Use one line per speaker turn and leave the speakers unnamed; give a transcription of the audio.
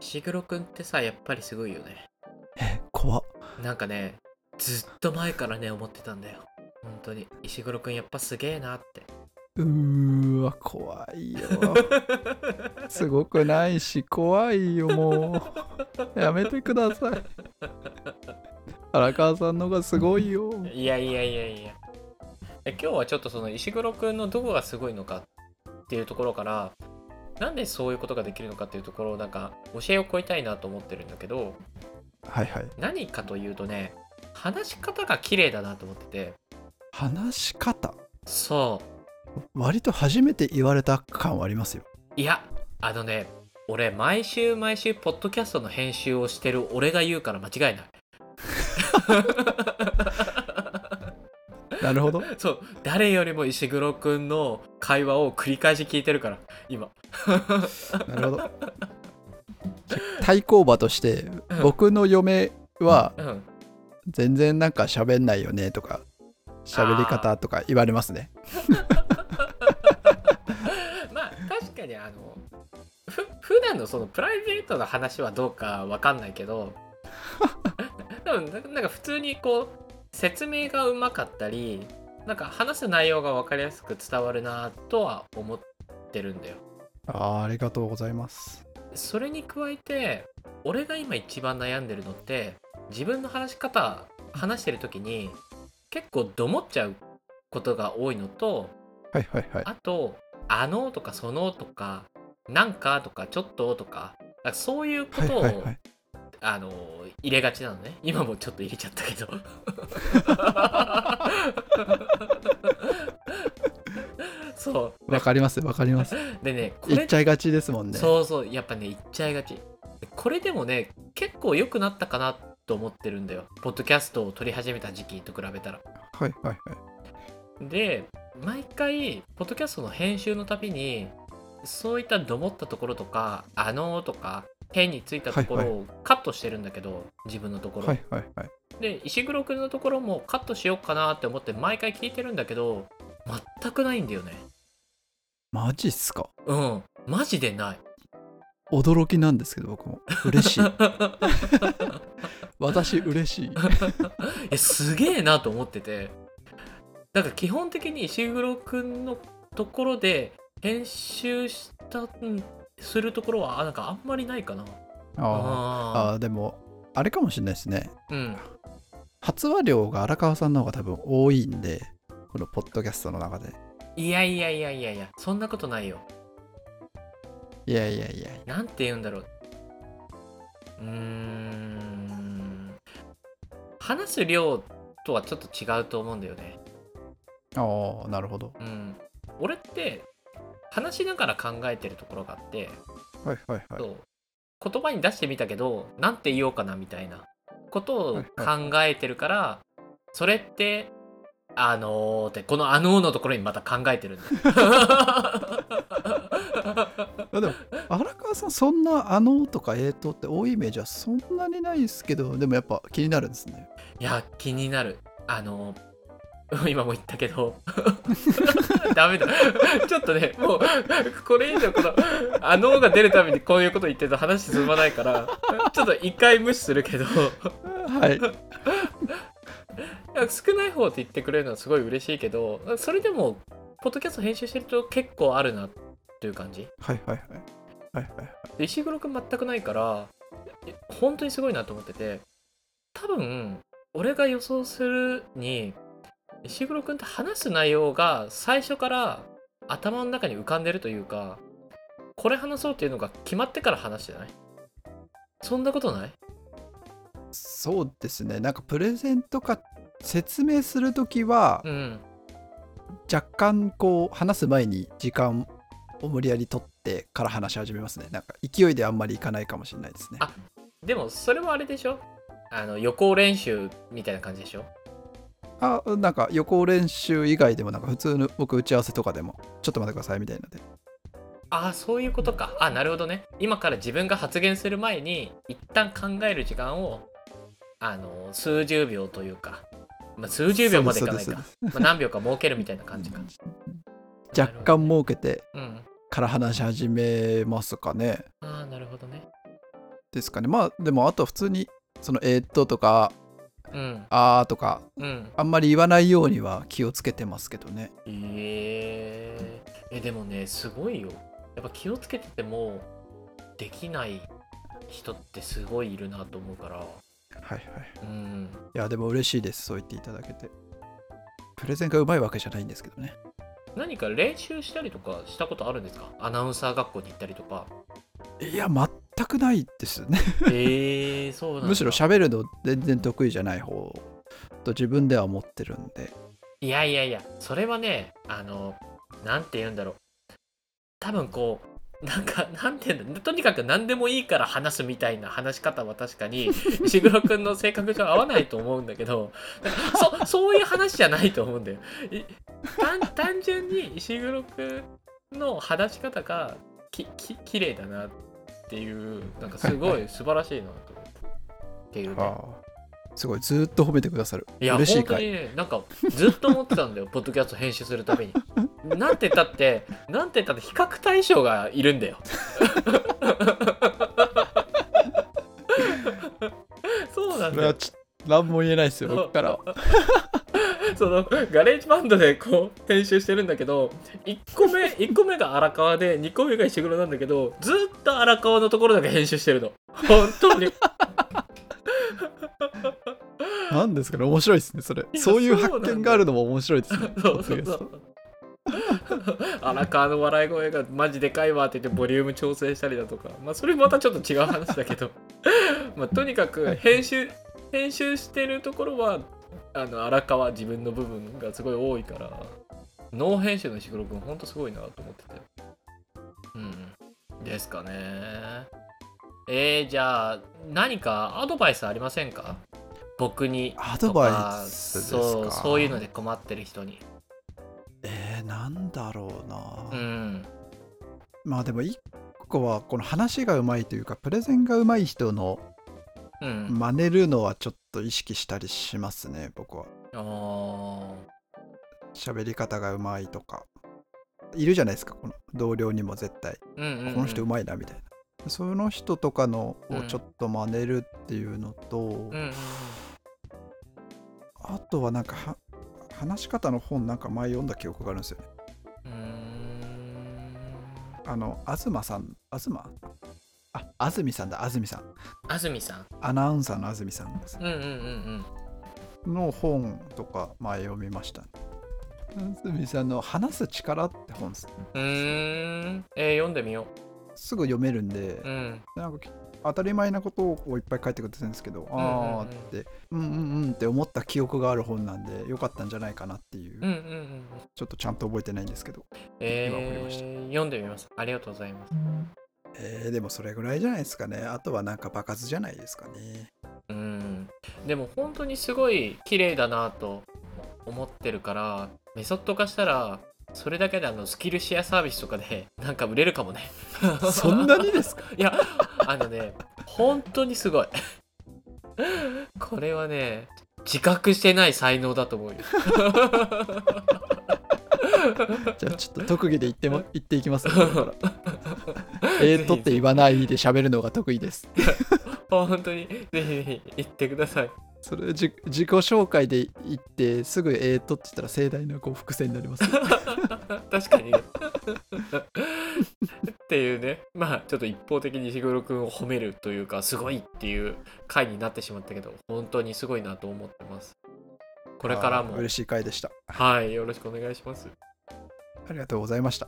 石黒くんってさ、やっぱりすごいよね。
え怖っ
なんかね、ずっと前からね、思ってたんだよ。本当に。石黒くんやっぱすげえなって。
うーわ怖いよすごくない し怖いよもうやめてください荒川さんのがすごいよ
いやいやいやいや。え今日はちょっとその石黒くんのどこがすごいのかっていうところから、なんでそういうことができるのかっていうところをなんか教えを超えたいなと思ってるんだけど、
はいはい
何かというとね、話し方が綺麗だなと思ってて、
話し方
そう。
割と初めて言われた感はありますよ
いやあのね俺毎週毎週ポッドキャストの編集をしてる俺が言うから間違いない
なるほど
そう誰よりも石黒くんの会話を繰り返し聞いてるから今
なるほど対抗馬として僕の嫁は
うん
全然なんか喋んないよねとか喋り方とか言われますね
まあ確かにあのふ普段のそのプライベートな話はどうかわかんないけど でもななんか普通にこう説明がうまかったりなんか話す内容が分かりやすく伝わるなとは思ってるんだよ
あーありがとうございます
それに加えて俺が今一番悩んでるのって自分の話し方話してる時に結構どもっちゃうことが多いのと
はいはいはい
あと「あの」とか「その」とか「なんか」とか「ちょっと」とかなんかそういうこ
はい
とを、
はいはい
あの入れがちなのね今もちょっと入れちゃった けどそ
わかりますわかります
うでねこ
言っ
れ
ちゃいがちですもんね
そうそうやっぱね言っちゃいがちこれでもね結構良くなったかなと思ってるんだよポッドキャストを撮り始めた時期と比べたら
はいはいはい
で毎回ポッドキャストの編集のたびにそういったどもったところとか「あのー」とか「変」についたところ
は
をカットしてるんだけど、自分のところ、
はいはいはい
で石黒くんのところもカットしようかなって思って毎回聞いてるんだけど全くないんだよね
マジっすか
うんマジでない
驚きなんですけど僕も 嬉しい私嬉しい
えすげえなと思っててなんか基本的に石黒くんのところで編集したんするところはあなんかあんまりないかな
あー
あ
あーでもあれかもしれないですね
ーうん
発話量が荒川さんの方が多分多いんでこのポッドキャストの中で
いやいやいやいやいやそんなことないよ
いやいやいや
なんて言うんだろううーん話す量とはちょっと違うと思うんだよね
ああなるほど
うん俺って話しながら考えてるところがあって
はいはいはい
そう言葉に出してみたけどなんて言おうかなみたいなことを
はい
考えてるから、それってあのーってこの「あのー」のところにまた考えてるんだよ
あでも荒川さんそんな「あの」とか「えーと」って多いイメージはそんなにないですけどでもやっぱ気になるんですね
いや気になるあのー今も言ったけど ダメだちょっとねもうこれ以上この「あのー」が出るためにこういうこと言ってると話進まないからちょっと一回無視するけど
はい
いや少ない方って言ってくれるのはすごい嬉しいけどそれでもポッドキャスト編集してると結構あるなという感じ
はいはいはいはいはい
で石黒くん全くないからえ本当にすごいなと思ってて多分俺が予想するに石黒くんって話す内容が最初から頭の中に浮かんでるというかこれ話そうっていうのが決まってから話してないそんなことない
そうですねなんかプレゼントか説明する時は
うん
若干こう話す前に時間を無理やり取ってから話し始めますねなんか勢いであんまりいかないかもしれないですね
あでもそれはあれでしょあの予行練習みたいな感じでしょ
あなんか予行練習以外でもなんか普通の僕打ち合わせとかでもちょっと待ってくださいみたいなので
ああそういうことかあなるほどね今から自分が発言する前に一旦考える時間をあの数十秒というか、まあ、数十秒までいかない
そ
か
うです
まあ、何秒か設けるみたいな感じか
若干設けて
うん
から話し始めますかね
ああなるほどね
ですかねまあでもあとは普通にその「えーっと」とか
うん
「あー」とか
うん
あんまり言わないようには気をつけてますけどね
えー、えでもねすごいよやっぱ気をつけててもできない人ってすごいいるなと思うから
はいはい
うん
いやでも嬉しいですそう言っていただけてプレゼンがうまいわけじゃないんですけどね
何か練習したりとかしたことあるんですかアナウンサー学校に行ったりとか
いや全くないですね
えー、そうなんだ
むしろ喋るの全然得意じゃない方と自分では思ってるんで
いやいやいやそれはねあのなんて言うんだろう多分こうなんかなんて言うんだとにかく何でもいいから話すみたいな話し方は確か に石黒くんの性格上合わないと思うんだけどそそういう話じゃないと思うんだよ。い単単純に石黒くんの話し方がきき綺麗だなっていうなんかすごい素晴らしいなと思って。っていうね。
すごいずーっと褒めてくださる
いや、
嬉しい
本当
回
にね、なんかずっと思ってたんだよ、 ポッドキャスト編集するたびに。なんて言ったって、なんて言ったって比較対象がいるんだよ。 そうなんだ
それは
よ。
ちょ何も言えないですよ僕からは
そのガレージバンドでこう編集してるんだけど、1個目、一個目が荒川で、2個目が石黒なんだけど、ずっと荒川のところだけ編集してるの。本当に。
何ですかね面白いですねそれ
や
そういう
そうな
発
んだ
見があるのも面白いですね
そうそうそう。荒川の笑い声がマジでかいわって言ってボリューム調整したりだとか、まあ、それまたちょっと違う話だけど まあとにか
は
く
い
編集編集してるところはあの荒川自分の部分がすごい多いからノー編集の石黒君ほんとすごいなと思っててうんですかねえー、じゃあ何かアドバイスありませんか僕に
アド
とか
バイスですか
そうそういうので困ってる人に
えー、なんだろうな、
うん
まあでも一個はこの話がうまいというかプレゼンがうまい人の
うん
真似るのはちょっと意識したりしますね僕は
あー
喋り方がうまいとかいるじゃないですかこの同僚にも絶対
うんうんうん
この人うまいなみたいな、その人とかのをちょっと真似るっていうのと、
うんうんうん
あとはなんかは話し方の本なんか前読んだ記憶があるんですよね
うーん
あの東さん東あ安住さんだ安住さん
安住さん
アナウンサーの安住さんです
うんうんうんうん
の本とか前読みました、ね、安住さんの「話す力」って本です
うーんえー、読んでみよ
すぐ読めるんで、
ううん
なんかき当たり前なことをいっぱい書いてくれてるんですけど、ああってうんうんうんって思った記憶がある本なんでよかったんじゃないかなっていう、
うんうんうん
ちょっとちゃんと覚えてないんですけど、
え
今送りました
ー、読んでみますありがとうございます
えー、でもそれぐらいじゃないですかねあとはなんか場数じゃないですかね
うんでも本当にすごい綺麗だなと思ってるからメソッド化したらそれだけであのスキルシェアサービスとかでなんか売れるかもね
そんなにですか
いやあのね本当にすごい これはね自覚してない才能だと思うよ
じゃあちょっと特技で言って も言っていきますねこれからえーっとって言わないで喋るのが得意です
本当にぜひぜひ言ってください
それじ自己紹介で言ってすぐえーっとって言ったら盛大なこう伏線になります
確かにね っていうねまあちょっと一方的に石黒くんを褒めるというかすごいっていう回になってしまったけど本当にすごいなと思ってますこ
こ
れからも
嬉しい回でした
はいよろしくお願いします
ありがとうございました